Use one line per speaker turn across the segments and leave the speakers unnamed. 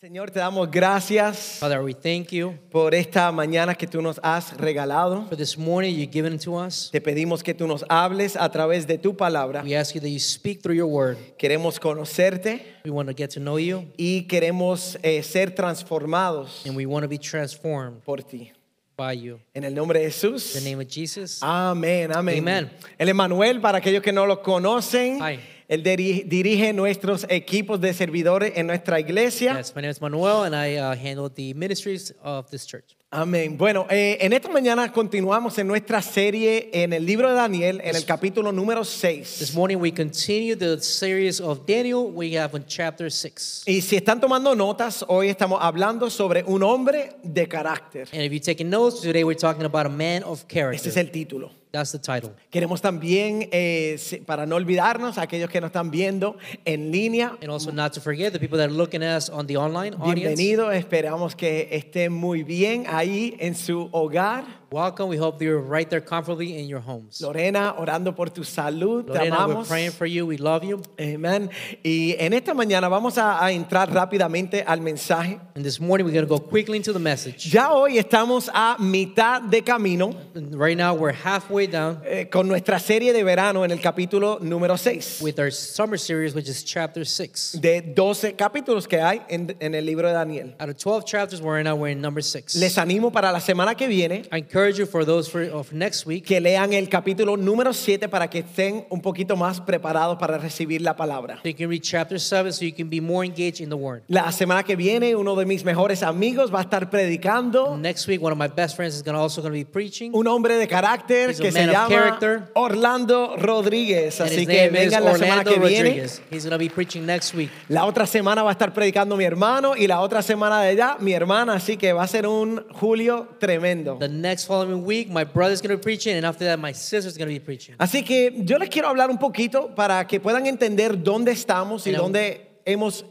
Señor, te damos gracias
Father, we thank you
por esta mañana que tú nos has regalado.
for this morning you've given to us.
Te pedimos que tú nos hables a través de tu palabra.
We ask you that you speak through your word.
Queremos conocerte
We want to get to know you
y queremos eh, ser transformados
and we want to be transformed
por ti.
by you.
En el nombre de
In
Jesús.
the name of Jesus.
Amén, amén.
Amen.
El Emanuel, para aquellos que no lo conocen,
Hi.
él diri- dirige nuestros equipos de servidores en nuestra iglesia.
Yes, my name is Manuel and I uh, handle the ministries of this church.
Amén. Bueno, eh, en esta mañana continuamos en nuestra serie en el libro de Daniel, en el capítulo número
This
6.
morning we continue the series of Daniel. We have in chapter 6.
Y si están tomando notas, hoy estamos hablando sobre un hombre de carácter.
And if you're taking notes, today we're talking about a man of
Ese
character.
es el título.
That's the title.
Queremos también, eh, se- para no olvidarnos, aquellos que nos están viendo en línea,
And also not to forget the people that are looking at us on the online audience.
bienvenidos. Esperamos que estén muy bien ahí en su hogar.
Welcome. We hope you're right there comfortably in your homes.
Lorena, orando por tu salud, te
Lorena, we're
amamos.
praying for you. We love you.
Amén. Y en esta mañana vamos a, a entrar rápidamente al mensaje.
And this morning we're going to go quickly into the message.
Ya hoy estamos a mitad de camino
And Right now we're halfway down
eh, con nuestra serie de verano en el capítulo número 6
with our summer series, which is chapter 6.
de 12 capítulos que hay en, en el libro de Daniel.
Out of 12 chapters we're in now, we're in number 6.
Les animo para la semana que viene
I encourage you for those for, of next week
que lean el capítulo número 7 para que estén un poquito más preparados para recibir la palabra.
that you can read chapter 7 so you can be more engaged in the Word.
La semana que viene uno de mis mejores amigos va a estar predicando
Next week, one of my best friends is gonna also going to be preaching.
un hombre de carácter
He's a
que se
man of
llama
character.
Orlando Rodríguez.
And
Así
his
que
name is
vengan la semana
Orlando
que viene.
Rodriguez. He's going to be preaching next week.
La otra semana va a estar predicando mi hermano y la otra semana de allá mi hermana. Así que va a ser un julio tremendo.
The next following week, my brother's going to be preaching, and after that, my sister's going to be preaching.
Así que yo les quiero hablar un poquito para que puedan entender dónde estamos y
And I-
dónde hemos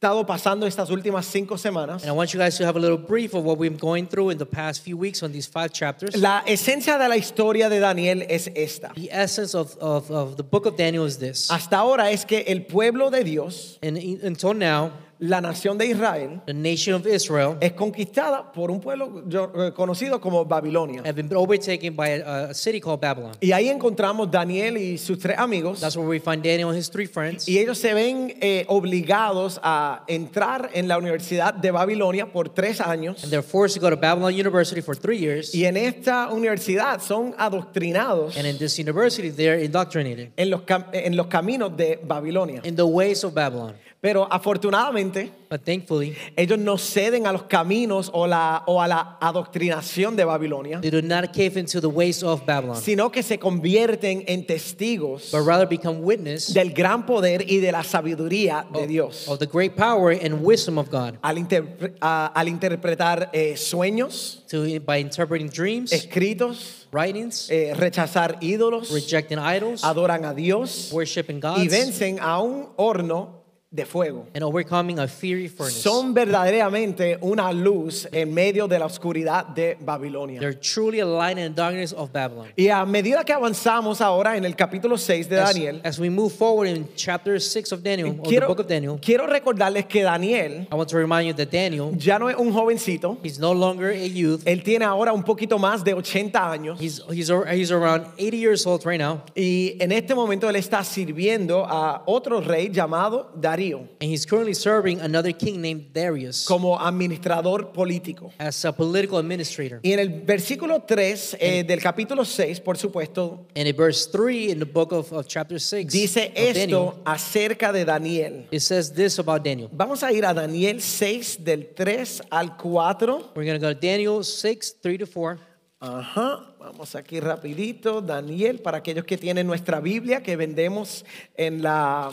estado pasando estas últimas cinco semanas.
And I want you guys to have a little brief of what we've been going through in the past few weeks on these five chapters.
La esencia de la historia de Daniel es esta.
The essence of, of, of the book of Daniel is this.
Hasta ahora es que el pueblo de Dios,
And in- until now,
la nación de Israel,
the nation of Israel
es conquistada por un pueblo yo- eh, conocido como Babilonia.
had been overtaken by a, a city called Babylon.
Y ahí encontramos Daniel y sus tres amigos.
That's where we find Daniel and his three friends.
Y ellos se ven eh, obligados a entrar en la Universidad de Babilonia por tres años.
And they're forced to go to Babylon University for three years.
Y en esta universidad son adoctrinados
And in this university, they're indoctrinated
en los, cam- en los caminos de Babilonia.
in the ways of Babylon.
Pero afortunadamente,
But thankfully,
ellos no ceden a los caminos o, la, o a la adoctrinación de Babilonia,
they do not cave into the ways of Babylon,
sino que se convierten en testigos
but rather become witness
del gran poder y de la sabiduría
Oh,
de Dios.
of the great power and wisdom of God.
Al, interpre- a- al interpretar eh, sueños,
to by interpreting
Eh.
dreams,
escritos,
writings,
eh, rechazar ídolos,
rejecting idols,
adoran a Dios
worshiping
y
gods,
vencen a un horno de fuego.
and overcoming a fiery furnace.
Son verdaderamente una luz en medio de la oscuridad de Babilonia.
They're truly a light in the darkness of Babylon.
Y a medida que avanzamos ahora en el capítulo 6 de
As,
Daniel,
as we move forward in chapter 6 of Daniel, or the
quiero,
book of Daniel,
quiero recordarles que Daniel
I want to remind you that Daniel,
ya no es un jovencito,
he's no longer a youth.
él tiene ahora un poquito más de 80 años.
He's, he's, ar- he's around 80 years old right now,
Y en este momento él está sirviendo a otro rey llamado Darío
and he's currently serving another king named Darius
como administrador político.
as a political administrator.
Y en el versículo 3 eh, del capítulo 6, por supuesto,
And in verse 3 in the book of, of chapter 6,
dice
of Daniel,
esto acerca de Daniel.
it says this about Daniel.
Vamos a ir a Daniel 6 del 3 al 4.
We're going to go to Daniel 6, 3 to 4.
Ajá, vamos aquí rapidito. Daniel, para aquellos que tienen nuestra Biblia que vendemos en la,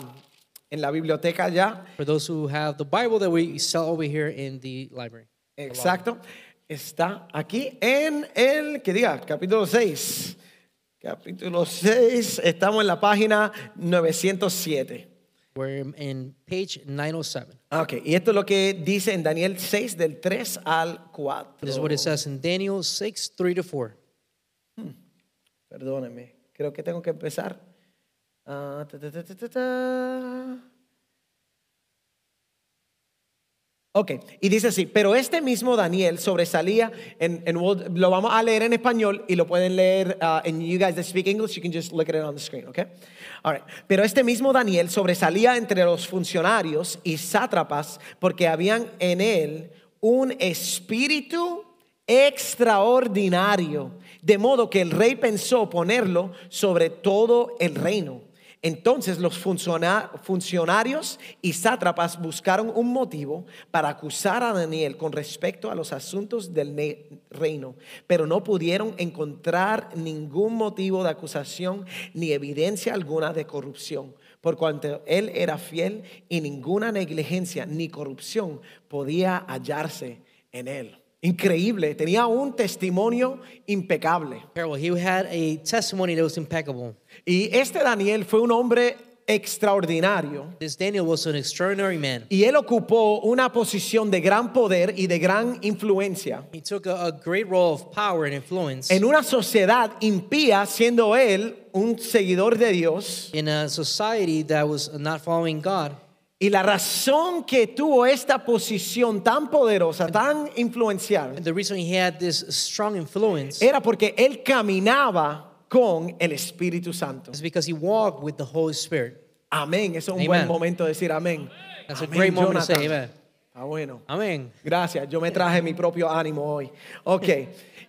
en la biblioteca ya.
For those who have the Bible that we sell over here in the library.
Exacto. Está aquí en el, que diga, capítulo 6. Capítulo 6, estamos en la página 907.
We're in page 907.
Ah, Ok, y esto es lo que dice en Daniel 6 del 3 al 4.
This is what it says in Daniel 6, 3 to 4.
Perdóneme, creo que tengo que empezar. Ah, ta, ta, ta, ta, ta, ta. Ok, y dice así, pero este mismo Daniel sobresalía, en, en Word- lo vamos a leer en español y lo pueden leer, ah, and you guys that speak English, you can just look at it on the screen, ok? All right. Pero este mismo Daniel sobresalía entre los funcionarios y sátrapas porque habían en él un espíritu extraordinario, de modo que el rey pensó ponerlo sobre todo el reino. Entonces los funciona- funcionarios y sátrapas buscaron un motivo para acusar a Daniel con respecto a los asuntos del ne- reino, pero no pudieron encontrar ningún motivo de acusación ni evidencia alguna de corrupción, por cuanto él era fiel y ninguna negligencia ni corrupción podía hallarse en él. Increíble, tenía un testimonio impecable.
Parable. He had a testimony that was impeccable.
Y este Daniel fue un hombre extraordinario.
This Daniel was an extraordinary man.
Y él ocupó una posición de gran poder y de gran influencia
He took a, a great role of power and influence
en una sociedad impía, siendo él un seguidor de Dios.
in a society that was not following God.
Y la razón que tuvo esta posición tan poderosa, tan influencial,
And the reason he had this strong influence
era porque él caminaba con el Espíritu Santo.
is because he walked with the Holy Spirit.
Amén. Eso es un
Amen.
buen momento de decir amén.
That's a
Amén,
great moment to
Jonathan.
say, amen.
Ah, bueno.
Amen.
Gracias, yo me traje mi propio ánimo hoy. Ok,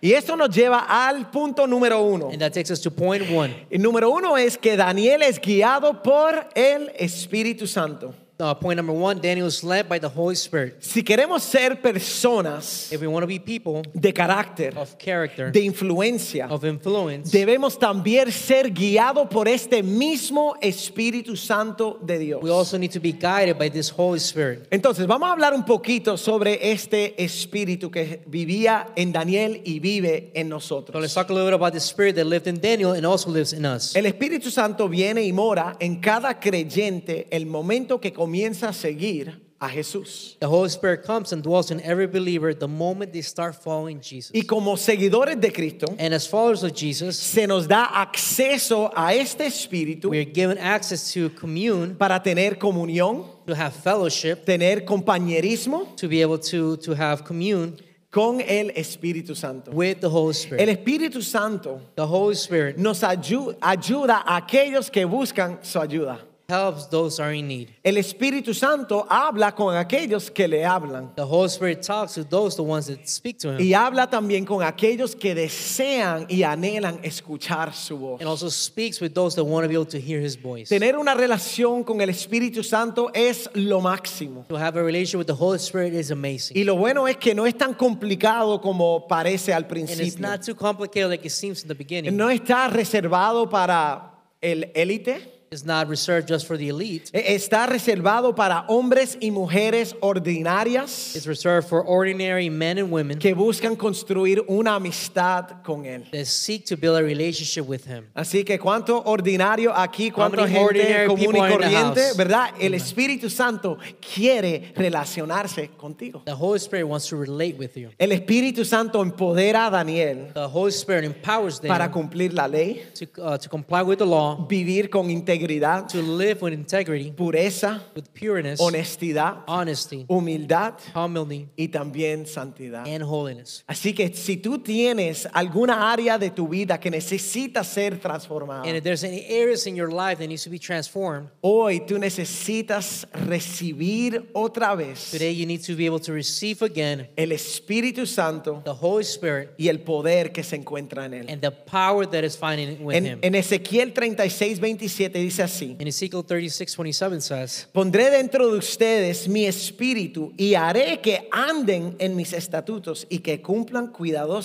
y esto nos lleva al punto número uno.
And that takes us to point one.
El número uno es que Daniel es guiado por el Espíritu Santo.
Uh, point number one Daniel is led by the Holy Spirit.
Si queremos ser personas
If we want to be people
de carácter,
of character,
de influencia,
of influence,
debemos también ser guiados por este mismo Espíritu Santo de Dios.
we also need to be guided by this Holy Spirit.
Entonces, vamos a hablar un poquito sobre este espíritu que vivía en Daniel y vive en
So let's
nosotros.
talk a little bit about the Spirit that lived in Daniel and also lives in us.
El Espíritu Santo viene y mora en cada creyente el momento que comienza a seguir a Jesús.
The Holy Spirit comes and dwells in every believer the moment they start following Jesus.
Y como seguidores de Cristo,
And as followers of Jesus,
se nos da acceso a este Espíritu
we are given access to commune,
para tener comunión,
to have fellowship,
tener compañerismo
to be able to, to have commune
con el Espíritu Santo.
with the Holy
El
Spirit.
Espíritu Santo
The Holy Spirit
nos ayu- ayuda a aquellos que buscan su ayuda.
helps those who are in need.
El Espíritu Santo habla con aquellos que le hablan.
The Holy Spirit talks to those, the ones that speak to Him,
Y habla también con aquellos que desean y anhelan escuchar su voz.
and also speaks with those that want to be able to hear His voice.
Tener una relación con el Espíritu Santo es lo máximo.
To have a relationship with the Holy Spirit is
Y
amazing.
lo bueno es que no es tan complicado como parece al
And it's
principio.
not too complicated like it seems in the beginning.
No está reservado para el élite,
It's not reserved just for the elite,
e- está reservado para hombres y mujeres ordinarias
it's reserved for ordinary men and women
que buscan construir una amistad con Él.
that seek to build a relationship with Him.
Así que cuánto ordinario aquí, cuánto
many
gente
ordinary
común
people
y
are in the
corriente,
house?
¿verdad? El Espíritu Santo quiere relacionarse contigo.
The Holy Spirit wants to relate with you.
El Espíritu Santo empodera a Daniel
The Holy Spirit empowers
para
them
cumplir la ley,
to, uh, to comply with the law,
vivir con integridad,
to live with integrity,
pureza,
with pureness,
honestidad,
honesty,
humildad
humility,
y también santidad.
and holiness.
Así que si tú tienes alguna área de tu vida que necesita ser transformada,
And if there's any areas in your life that needs to be transformed,
hoy tú necesitas recibir otra vez
today you need to be able to receive again
el Espíritu Santo
the Holy Spirit
y el poder que se encuentra en él.
and the power that is finding with
En,
him.
en Ezequiel 36, 27 dice así.
In Ezekiel 36, 27 says,
Pondré dentro de ustedes mi espíritu y haré que anden en mis estatutos y que cumplan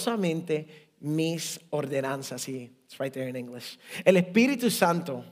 cuidadosamente mis ordenanzas. Y it's right there in English. El Espíritu Santo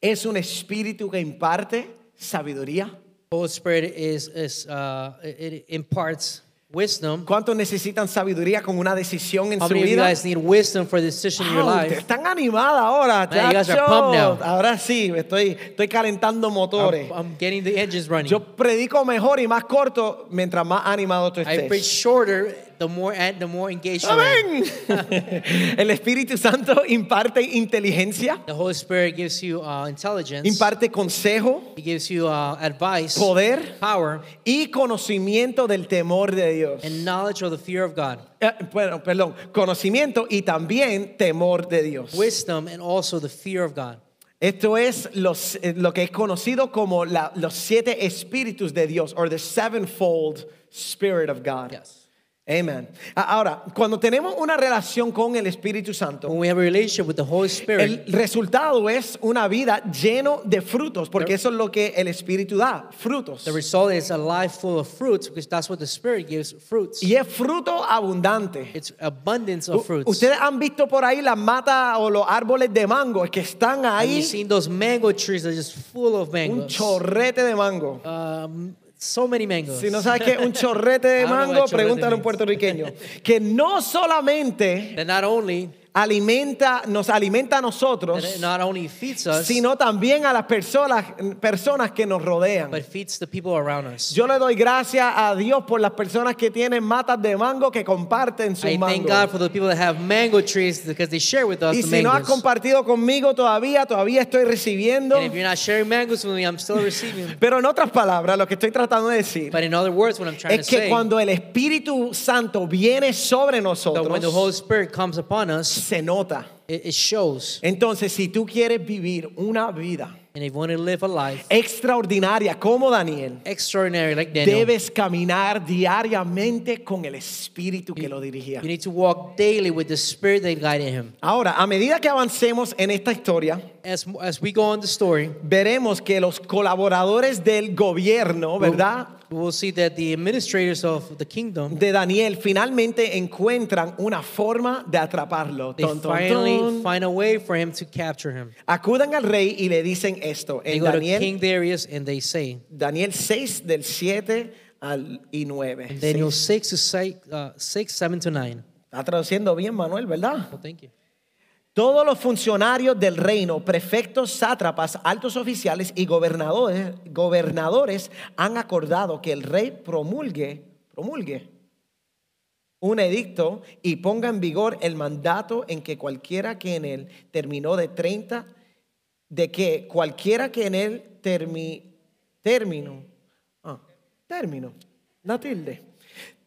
es un espíritu que imparte sabiduría,
Holy Spirit is, is uh, it it imparts Wisdom.
¿Cuántos necesitan sabiduría con una decisión en
How
su
many of you
vida?
guys need wisdom for decision in your
Wow, te-
life?
están animada ahora,
Man, you guys are
chacho.
pumped now.
Ahora sí, me estoy, estoy calentando motores.
I'm, I'm getting the engines running.
Yo predico mejor y más corto mientras más animado tú
I preach
estés.
shorter, the more and the more engaged you are.
Amén. El Espíritu Santo imparte inteligencia,
The Holy Spirit gives you uh, intelligence.
imparte consejo,
He gives you uh, advice,
poder
power,
y conocimiento del temor de Dios.
and knowledge of the fear of God.
Eh, bueno, perdón, conocimiento y también temor de Dios.
Wisdom and also the fear of God.
Esto es los- eh, lo que es conocido como la- los siete espíritus de Dios, or the sevenfold spirit of God.
Yes.
Amen. A- Ahora, cuando tenemos una relación con el Espíritu Santo,
When we have a relationship with the Holy Spirit,
el resultado es una vida lleno de frutos, porque eso es lo que el Espíritu da, frutos.
the result is a life full of fruits because that's what the Spirit gives fruits.
Y es fruto abundante.
It's abundance
U-
of fruits.
Ustedes han visto por ahí las matas o los árboles de mango que están
Have you
ahí,
seen those mango trees that are just full of
un
mangoes?
chorrete de mango.
Um, so many mangoes.
Si no sabes qué es un chorrete
I
de
don't know
mango,
what chorrete
pregúntale a un
means.
puertorriqueño. Que no solamente
that not only
alimenta, nos alimenta a nosotros,
that it not only feeds us,
sino también a las personas, personas que nos rodean.
but feeds the people around us.
Yo le doy gracias a Dios por las personas que tienen matas de mango que comparten su
I thank
mango.
God for the people that have mango trees because they share with us
Y
the
si no has
mangoes.
compartido conmigo todavía, todavía estoy recibiendo.
and if you're not sharing mangoes with me, I'm still receiving.
Pero en otras palabras, lo que estoy tratando de decir
But in other words, what I'm trying
es
to
que
say
cuando el Espíritu Santo viene sobre
that when the Holy
nosotros,
Spirit comes upon us,
se nota.
it, it shows.
Entonces, si tú quieres vivir una vida
And if you want to live a life
extraordinaria como Daniel,
extraordinary like Daniel,
debes caminar diariamente con el espíritu que lo dirigía.
you need to walk daily with the Spirit that guided him.
Ahora, a medida que avancemos en esta historia,
As, as we go on the story,
veremos que los colaboradores del gobierno, ¿verdad?
we'll see that the administrators of the kingdom,
De Daniel finalmente encuentran una forma de atraparlo.
they
Tun, tun,
finally
tun.
find a way for him to capture him.
Acudan al rey y le dicen esto
They
en
go to
Daniel,
King Darius and they say,
Daniel 6 del 7 al y 9.
in Daniel 6 to 6, uh, 6 7 to 9.
Está traduciendo bien, Manuel, ¿verdad?
Well, thank you.
Todos los funcionarios del reino, prefectos, sátrapas, altos oficiales y gobernadores, gobernadores han acordado que el rey promulgue, promulgue un edicto y ponga en vigor el mandato en que cualquiera que en él terminó de 30, de que cualquiera que en él termi, término, ah, término, la tilde,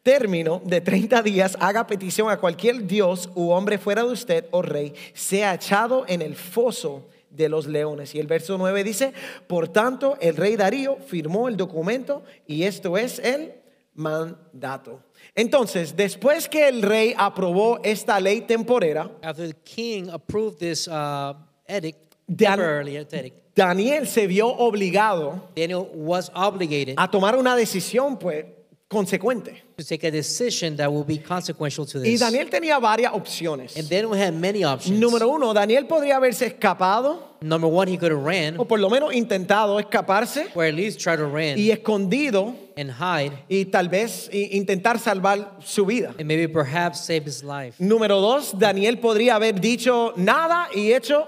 término de 30 días haga petición a cualquier dios u hombre fuera de usted o rey, sea echado en el foso de los leones. Y el verso 9 dice, por tanto, el rey Darío firmó el documento y esto es el mandato. Entonces, después que el rey aprobó esta ley temporera,
After the king approved this uh, edict,
Dan-
temporarily edict,
Daniel se vio obligado
Daniel was obligated
a tomar una decisión, pues, consecuente.
to take a decision that will be consequential to
Y
this.
Daniel tenía varias
and
opciones.
Daniel had many options.
Número uno, Daniel podría haberse escapado,
Number one, he could have ran,
o por lo menos intentado escaparse
or at least try to run
y escondido
and hide,
y tal vez i- intentar salvar su vida.
and maybe perhaps save his life.
Número dos, Daniel podría haber dicho nada y hecho,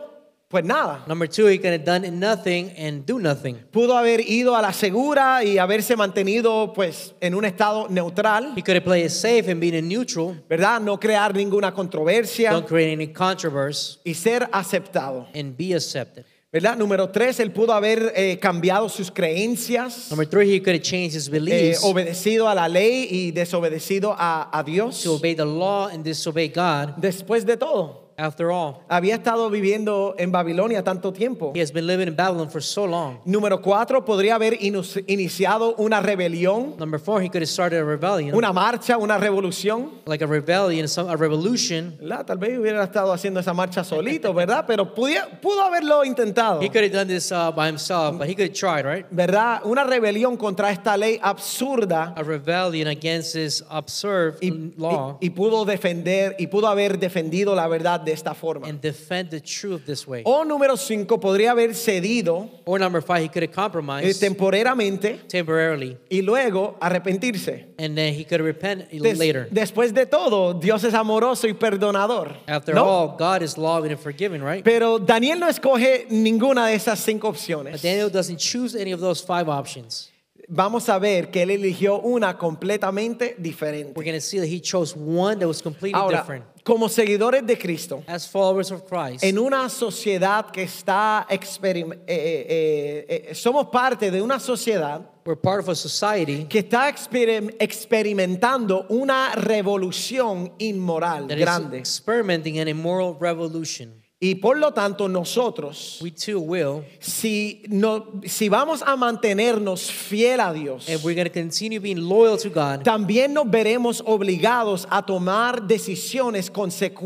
pues, nada.
Number two, he could have done nothing and do nothing.
pudo haber ido a la segura y haberse mantenido pues en un estado neutral,
He could have played it safe and been in neutral,
¿verdad? No crear ninguna controversia
don't create any controversy,
y ser aceptado,
and be accepted.
¿verdad? Número tres, él pudo haber eh, cambiado sus creencias,
Number three, he could have changed his
eh,
beliefs
obedecido a la ley y desobedecido a, a
to
Dios.
obey the law and disobey God.
Después de todo,
After all,
había estado viviendo en Babilonia tanto tiempo.
he has been living in Babylon for so long.
Número cuatro, podría haber inus- iniciado una rebelión,
Number four, he could have started a rebellion,
una marcha, una revolución.
like a rebellion, some, a revolution.
¿verdad? Tal vez hubiera estado haciendo esa marcha solito, ¿verdad? Pero pudi- pudo haberlo intentado,
He could have done this uh, by himself, but he could have tried, right?
¿verdad? Una rebelión contra esta ley absurda
A rebellion against this observed
y,
law.
y- y pudo defender y pudo haber defendido la verdad de esta forma.
and defend the truth this way.
O número 5 podría haber cedido
Or number five, he could have
eh,
compromised
temporariamente
temporarily
y luego arrepentirse.
and then he could repent
Des-
later.
Después de todo, Dios es amoroso y perdonador.
After
¿no?
all, God is loving and forgiving, right?
Pero Daniel no escoge ninguna de esas cinco
But
opciones.
Daniel doesn't choose any of those five options.
Vamos a ver que él eligió una completamente
We're
diferente.
going to see that he chose one that was completely different.
Ahora, como seguidores de Cristo,
As followers of Christ,
en una sociedad que está experim- eh, eh, eh, somos parte de una sociedad
we're part of a society
que está experim- experimentando una revolución inmoral
that is
grande
experimenting an immoral revolution.
y por lo tanto nosotros
We too will,
si, no, si vamos a mantenernos fiel a Dios,
and we're going to continue being loyal to God.
también nos veremos obligados a tomar decisiones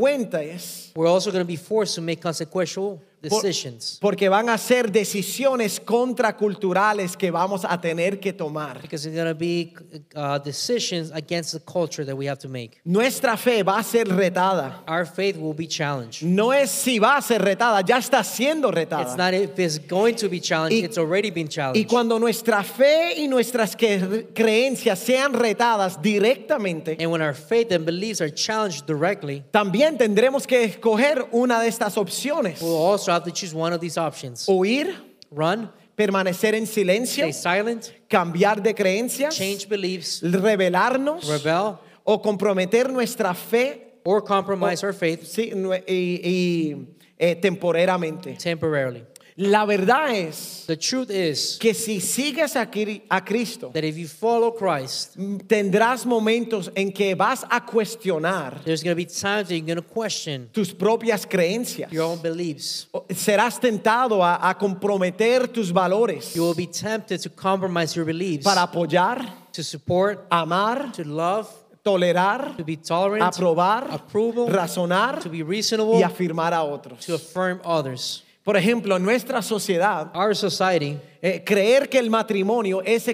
consecuentes
We're also going to be forced to make consequential
por-
decisions
porque van a ser decisiones contraculturales que vamos a tener que tomar.
because it's going to be uh, decisions against the culture that we have to make.
Nuestra fe va a ser retada.
Our faith will be challenged.
No es si va a ser retada, ya está siendo
It's
retada.
not if it's going to be challenged,
Y-
it's already been
Y
challenged.
cuando nuestra fe y nuestras que- creencias sean retadas directamente,
And when our faith and beliefs are challenged directly,
También tendremos que escoger una de estas opciones.
we'll also have to choose one of these
Oh.
options
Huir,
run,
permanecer en silencio,
stay silent,
cambiar de creencias,
change beliefs,
rebelarnos
rebel,
o comprometer nuestra fe
or compromise our faith
sí, nue- y, y, eh, temporeramente.
temporarily.
La verdad es
The truth is
que si sigues a, Cri- a Cristo,
that if you follow Christ,
tendrás momentos en que vas a cuestionar
there's going to be times that you're going to question
tus propias creencias.
your own beliefs.
O- Serás tentado a, a comprometer tus valores
You will be tempted to compromise your beliefs
para apoyar
to support,
amar,
to love,
tolerar,
to be tolerant,
aprobar,
approval,
razonar
to be reasonable,
y afirmar a otros.
to affirm others.
Por ejemplo, en nuestra sociedad,
Our society
eh, creer que el matrimonio es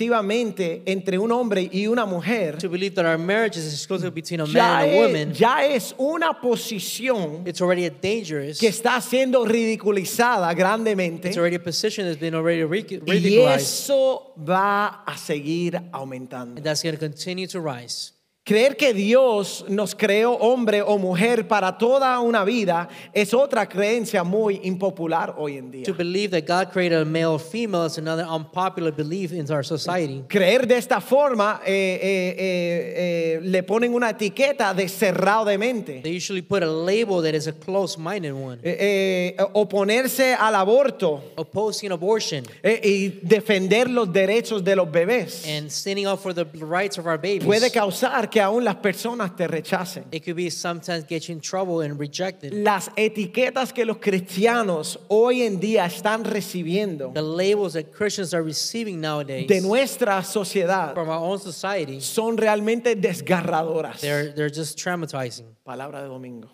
exclusivamente entre un hombre y una mujer
to believe that our marriage is exclusive between a man
ya
and a
es,
woman,
ya es una posición
it's already a dangerous.
que está siendo ridiculizada grandemente
It's already a position that's been already ridic-
y
ridiculized,
eso va a seguir aumentando.
and that's going to continue to rise.
Creer que Dios nos creó hombre o mujer para toda una vida es otra creencia muy impopular hoy en día.
To believe that God created a male or female is another unpopular belief in our society.
Creer de esta forma eh, eh, eh, eh, le ponen una etiqueta de cerrado de mente.
They usually put a label that is a close-minded one,
Eh, eh, oponerse al aborto
opposing abortion
eh, y defender los derechos de los bebés
and standing up for the rights of our babies.
puede causar que aún las personas te rechacen.
It could be sometimes get you in trouble and rejected.
Las etiquetas que los cristianos hoy en día están recibiendo
The labels that Christians are receiving nowadays
de nuestra sociedad
from our own society,
son realmente desgarradoras.
they're, they're just traumatizing.
Palabra de domingo.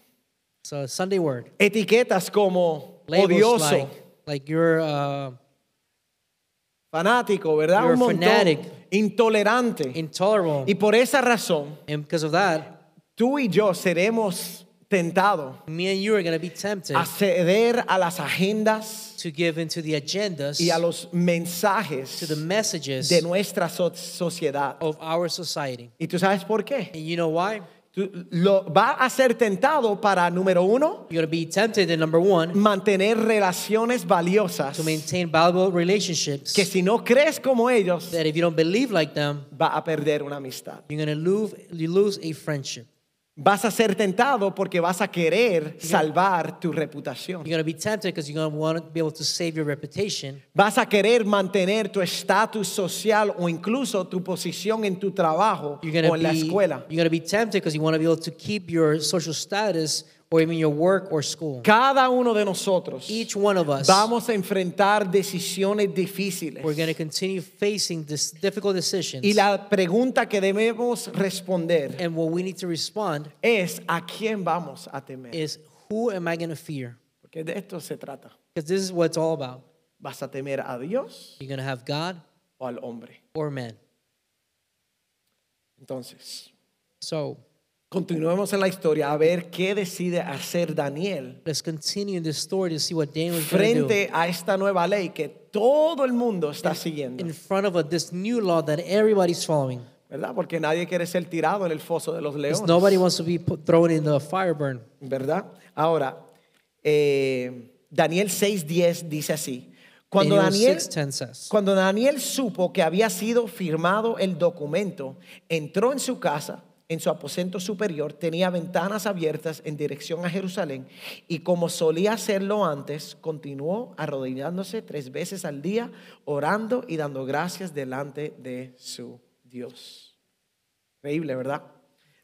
So Sunday word.
Etiquetas como
Labels
odioso,
like, like you're uh,
fanático, ¿verdad?
You're
Un montón.
fanatic.
Intolerante.
intolerant.
y por esa razón,
and because of that,
tú y yo seremos tentados
me and you are going to be tempted
a ceder a las agendas
to give into the agendas,
y a los
to the
mensajes
messages
de nuestra so- sociedad.
of our society.
¿Y tú sabes por qué?
And you know why? You're
Tú lo, va a ser tentado para, número uno,
going to be tempted, and number one,
mantener relaciones valiosas
to maintain valuable relationships
que si no crees como ellos,
that if you don't believe like them,
va a perder una amistad.
you're going to lose, you lose a friendship.
Vas a ser tentado porque vas a querer salvar tu reputación.
You're going to be tempted because you're going to want to be able to save your reputation.
Vas a querer mantener tu estatus social o incluso tu posición en tu trabajo
You're going to
o en la
be,
escuela.
You're going to be tempted because you want to be able to keep your social status or even your work or school.
Cada uno de nosotros
Each one of us,
vamos a enfrentar decisiones difíciles.
we're going to continue facing this difficult decisions.
Y la pregunta que debemos responder
and what we need to respond
es ¿a quién vamos a temer?
is, who am I going to fear?
Porque de esto se trata.
Because this is what it's all about.
¿Vas a temer a Dios
You're going to have God
o al hombre?
or man.
Entonces,
So
Continuemos en la historia a ver qué decide hacer Daniel
Let's continue in this story to see what Daniel is going to
frente a esta nueva ley que todo el mundo está
do
siguiendo,
in front of a, this new law that everybody's following.
¿verdad? Porque nadie quiere ser tirado en el foso de los
Because
leones.
nobody wants to be put, thrown in the fire burn.
¿verdad? Ahora, eh, Daniel 6.10 dice así. Cuando Daniel,
Daniel 6:10 says.
cuando Daniel supo que había sido firmado el documento, entró en su casa, en su aposento superior, tenía ventanas abiertas en dirección a Jerusalén y como solía hacerlo antes, continuó arrodillándose tres veces al día, orando y dando gracias delante de su Dios. Increíble, ¿verdad?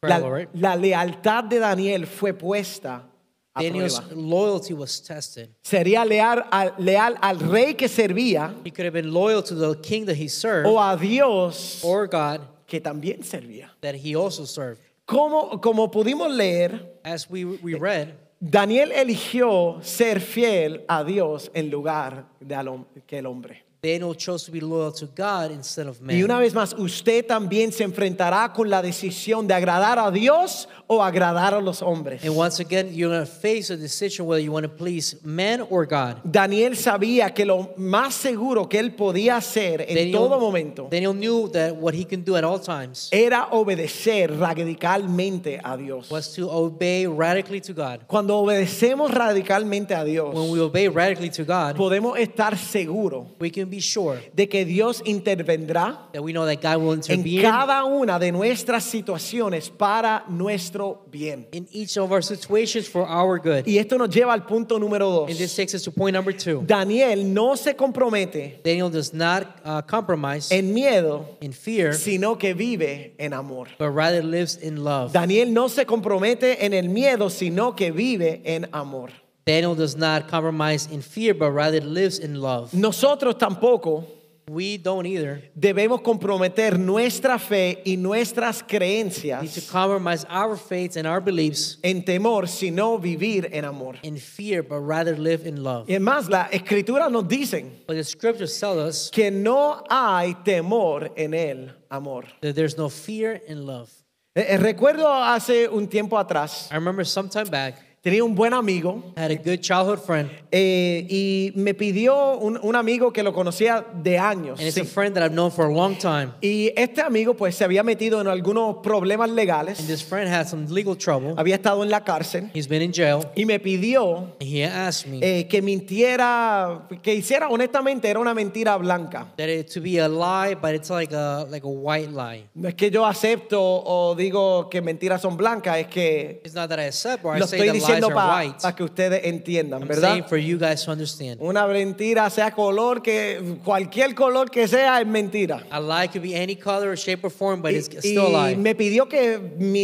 La,
Incredible, right?
la lealtad de Daniel fue puesta a
Daniel's
prueba.
"Ah, loyalty was tested.
Sería leal al, leal al rey que servía
He could have been loyal to the king that he served
o a Dios
or God
que también servía.
that he also served.
Como, como pudimos leer,
As we, we read,
Daniel eligió ser fiel a Dios en lugar de al hom- que el hombre.
Daniel chose to be loyal to God instead of man.
Y una vez más, usted también se enfrentará con la decisión de agradar a Dios o agradar a los hombres.
and once again, you're going to face a decision whether you want to please man or God.
Daniel sabía que lo más seguro que él podía hacer en todo momento
Daniel knew that what he can do at all times
era obedecer radicalmente a Dios.
was to obey radically to God.
Cuando obedecemos radicalmente a Dios,
When we obey radically to God,
podemos estar seguros
we can be sure
de que Dios intervendrá
that we know that God will
en
intervene
cada una de nuestras situaciones para nuestro bien.
in each of our situations for our good.
Y esto nos lleva al punto número dos.
And this takes us to point number two.
Daniel no se compromete
Daniel does not uh, compromise
en miedo,
in fear,
sino que vive en amor.
but rather lives in love.
Daniel no se compromete en el miedo, sino que vive en amor.
Daniel does not compromise in fear, but rather lives in love.
Nosotros tampoco
We don't either
debemos comprometer nuestra fe y nuestras
need to
creencias
compromise our faiths and our beliefs
en temor, sino vivir en amor.
in fear, but rather live in love.
Y es más, la escritura nos dicen
But the scriptures tell us
que no hay temor en el amor.
that there's no fear in love.
Eh, eh, Recuerdo hace un tiempo atrás,
I remember some time back,
tenía un buen amigo
I had a good childhood friend,
eh, y me pidió un, un amigo que lo conocía de años.
and it's a
sí.
friend that I've known for a long time.
Y este amigo pues se había metido en algunos problemas
And
legales,
this friend had some legal trouble.
había estado en la cárcel
He's been in jail,
y me pidió
and he asked me
eh, que mintiera, que hiciera, honestamente era una mentira blanca.
that it to be a lie, but it's like a like a white lie.
No es que yo acepto o digo que mentiras son blancas, es que
It's not that I accept or I
lo
say
estoy
that lies
diciendo
are
para
white.
que ustedes entiendan,
I'm
¿verdad?
saying for you guys to understand.
Una mentira, sea color, que cualquier color que sea, es mentira.
A lie could be any color or shape or form, but
Y,
it's still a lie.
y me pidió que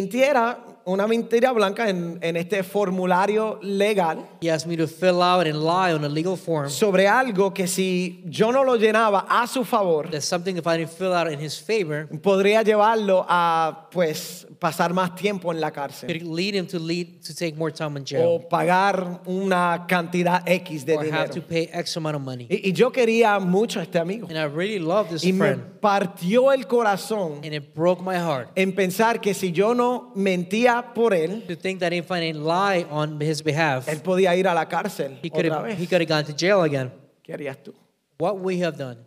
mintiera una mentira blanca en, en este formulario legal
He asked me to fill out and lie on a legal form.
sobre algo que si yo no lo llenaba a su favor,
That's something if I didn't fill out in his favor,
podría llevarlo a pues pasar más tiempo en la cárcel
could lead him to lead to take more time in jail
o pagar una cantidad X Oh, de
or have to
dinero.
pay X amount of money.
Y, y yo quería mucho a este amigo.
And I really love this
Y me
friend,
partió el corazón
and it broke my heart
en pensar que si yo no mentía por él,
to think that if I didn't lie on his behalf,
él podía ir a la cárcel
he could
otra
have
vez.
he could have gone to jail again.
¿Qué harías tú?
What we have done,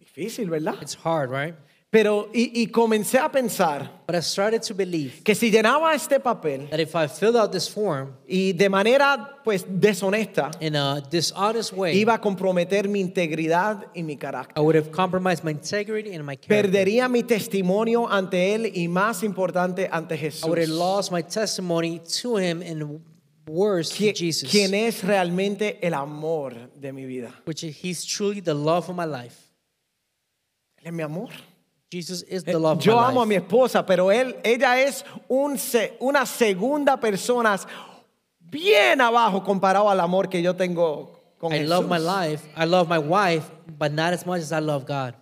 Difícil, ¿verdad?
it's hard, right?
Pero y, y comencé a pensar
But I started to believe
que si llenaba este papel
that if I filled out this form
y de manera pues deshonesta
in a dishonest way,
iba a comprometer mi integridad y mi carácter.
I would have compromised my integrity and my character.
Perdería mi testimonio ante él y más importante ante Jesús.
I would have lost my testimony to him and worse to
Qui-
Jesus,
Quien es realmente el amor de mi vida.
which is, he's truly the love of my life.
Él es mi amor.
Jesus is the love of
Eh, Yo
my
amo a mi
life.
esposa, pero él, ella es un se- una segunda persona bien abajo comparado al amor que yo tengo con
I
Jesús.
love my life. I love my wife, but not as much as I love God.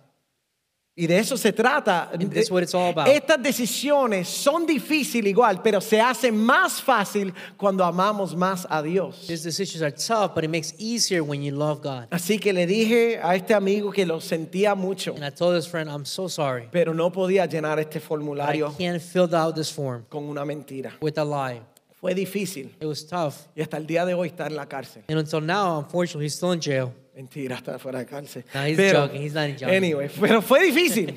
Y de eso se trata.
And that's what it's all about.
Estas decisiones son difíciles igual, pero se hace más fácil cuando amamos más a Dios.
These decisions are tough, but it makes easier when you love God.
Así que le dije a este amigo que lo sentía mucho,
And I told this friend, I'm so sorry.
pero no podía llenar este
I
formulario
can't fill out this form
con una mentira.
with a lie.
Fue difícil
It was tough.
y hasta el día de hoy está en la cárcel.
And until now, unfortunately, he's still in jail.
Mentira, está fuera de cárcel.
No, he's joking, he's not joking.
Anyway, pero fue difícil.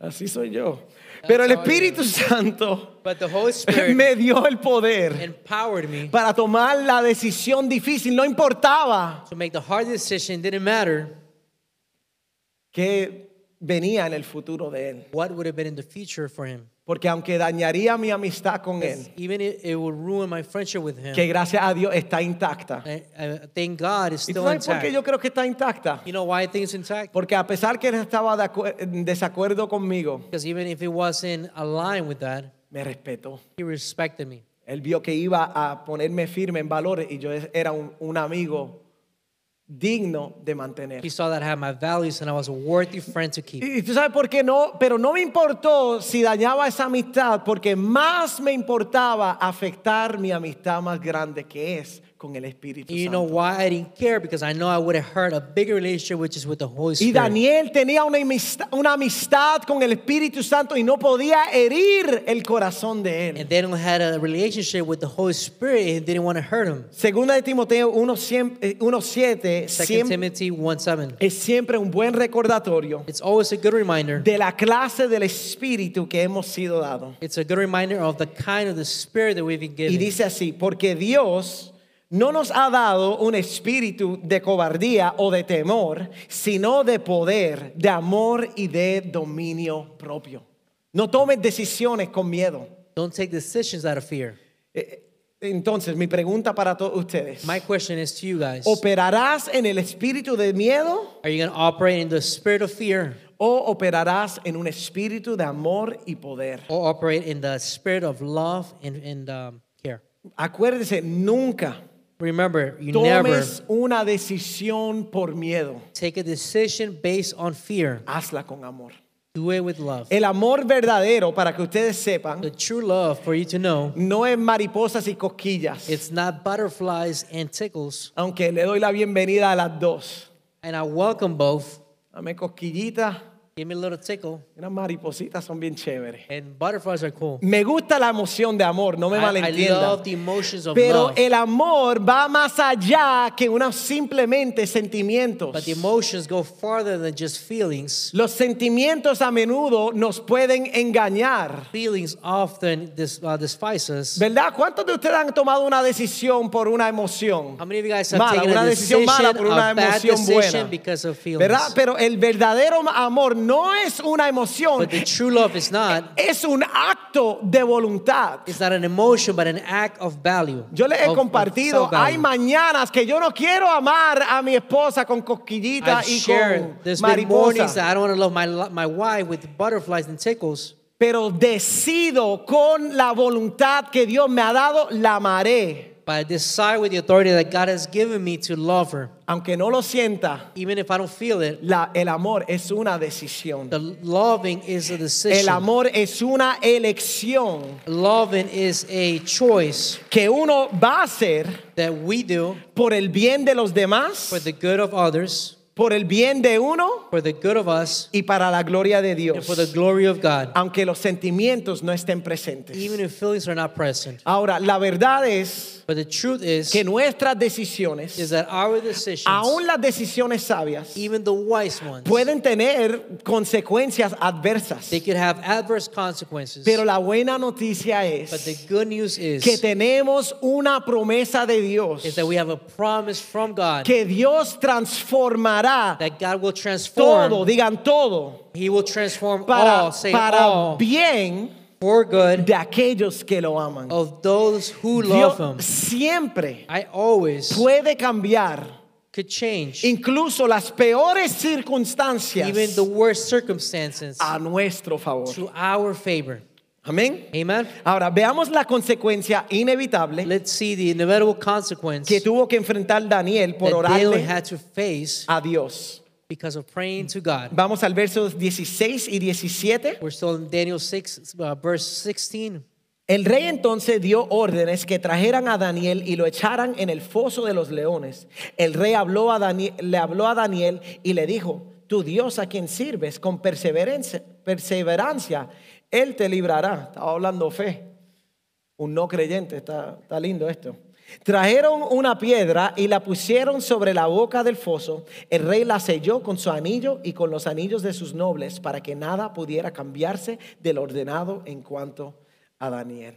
Así soy yo. Pero el
how I am.
Espíritu Santo
But the Holy Spirit
me dio el poder
empowered me
para tomar la decisión difícil. No importaba
to make the hard decision. Didn't matter
que venía en el futuro de él.
what would have been in the future for him.
Porque aunque dañaría mi amistad con él,
Even if it would ruin my friendship with him.
que gracias a Dios está intacta.
I, I thank God it's
¿Y tú
still
sabes por
intact.
qué yo creo que está intacta?
You know why I think it's intact?
Porque a pesar que él estaba de acuer- en desacuerdo conmigo,
Because even if it wasn't aligned with that,
me respetó.
he respected me.
Él vio que iba a ponerme firme en valores y yo es- era un, un amigo digno de mantener.
He
Y,
saw that I had my values and I was a worthy friend to keep.
y tú sabes por qué no, pero no me importó si dañaba esa amistad, porque más me importaba afectar mi amistad más grande que es con el Espíritu
You know
Santo.
why I didn't care? Because I know I would have hurt a bigger relationship, which is with the
Y
Holy Spirit.
Daniel tenía una amistad, una amistad con el Espíritu Santo y no podía herir el corazón de él.
and Daniel had a relationship with the Holy Spirit and didn't want to hurt him.
Segunda de Timoteo eh, 1.7
Second Timothy 1 7.
es siempre un buen recordatorio
It's always a good reminder.
de la clase del espíritu que hemos sido dado.
It's a good reminder of the kind of the spirit that we've been
Y
given.
dice así, porque Dios no nos ha dado un espíritu de cobardía o de temor, sino de poder, de amor y de dominio propio. No tomes decisiones con miedo.
Don't take decisions out of fear.
Eh, eh, Entonces, mi pregunta para todos ustedes.
My question is to you guys
¿Operarás en el espíritu de miedo
Are you going to operate in the spirit of fear
o operarás en un espíritu de amor y poder?
or operate in the spirit of love and, and um, care?
Acuérdese, nunca
Remember, you never
tomes una decisión por miedo.
take a decision based on fear.
Hazla con amor.
Do it with love.
El amor verdadero, para que ustedes sepan,
The true love, for you to know,
no es mariposas y cosquillas.
it's not butterflies and tickles.
Aunque le doy la bienvenida a las dos.
And I welcome both.
Dame cosquillitas,
Give me a little tickle.
unas maripositas son bien chéveres.
And butterflies are cool.
Me gusta la emoción de amor, no me
I, I
malentiendan.
love the emotions of
Pero
love.
el amor va más allá que unos simplemente sentimientos.
But the emotions go farther than just feelings.
Los sentimientos a menudo nos pueden engañar.
Feelings often dis, uh, despise us.
¿Verdad? ¿Cuántos de ustedes han tomado una decisión por una emoción?
How many of you guys have
Mala,
taken
una
a
decisión
decision,
mala por una
a bad
emoción
decision
buena.
because of feelings?
¿Verdad? Pero el verdadero amor no es una emoción,
But the true love is not.
es un acto de voluntad.
It's not an emotion, but an act of value.
Yo les he
of- of
compartido, hay
self-value.
mañanas que yo no quiero amar a mi esposa con cosquillitas
I've
y
shared.
con
There's been mornings
mariposas,
that I don't want to love my, lo- my wife with butterflies and tickles,
pero decido con la voluntad que Dios me ha dado, la amaré,
but I decide with the authority that God has given me to love her.
aunque no lo sienta.
Even if I don't feel it,
la- el amor es una decisión.
the loving is a decision.
El amor es una elección
Loving is a choice
que uno va a hacer
that we do
por el bien de los demás,
for the good of others,
por el bien de uno
for the good of us,
y para la gloria de
and
Dios,
for the glory of God,
aunque los sentimientos no estén presentes.
even if feelings are not present.
Ahora, la verdad es
But the truth is,
que nuestras
is
decisiones,
that our decisions,
aun las decisiones sabias,
even the wise ones,
pueden tener consecuencias adversas.
they could have adverse consequences.
Pero la buena noticia
But the
es
good news is,
que tenemos una promesa de Dios,
is that we have a promise from God
que Dios transformará
that God will transform.
todo, digan todo,
he will transform
para,
all, say
para
all,
bien
for good
de aquellos que lo aman.
of those who love Him.
Dios siempre
I always
puede cambiar
could change
incluso las peores circunstancias
even the worst circumstances
a nuestro favor.
to our favor.
Amén.
Amen.
Ahora veamos la consecuencia inevitable
Let's see the inevitable consequence
que tuvo que enfrentar Daniel por
that Daniel
orarle
had to face
a Dios.
because of praying to God.
Vamos al versos 16 y 17.
We're still in Daniel 6, uh, verse 16.
El rey entonces dio órdenes que trajeran a Daniel y lo echaran en el foso de los leones. El rey habló a Daniel, le habló a Daniel y le dijo, tu Dios a quien sirves con perseverancia, perseverancia, Él te librará. Estaba hablando fe. Un no creyente, está, está lindo esto. Trajeron una piedra y la pusieron sobre la boca del foso. El rey la selló con su anillo y con los anillos de sus nobles para que nada pudiera cambiarse del ordenado en cuanto a Daniel.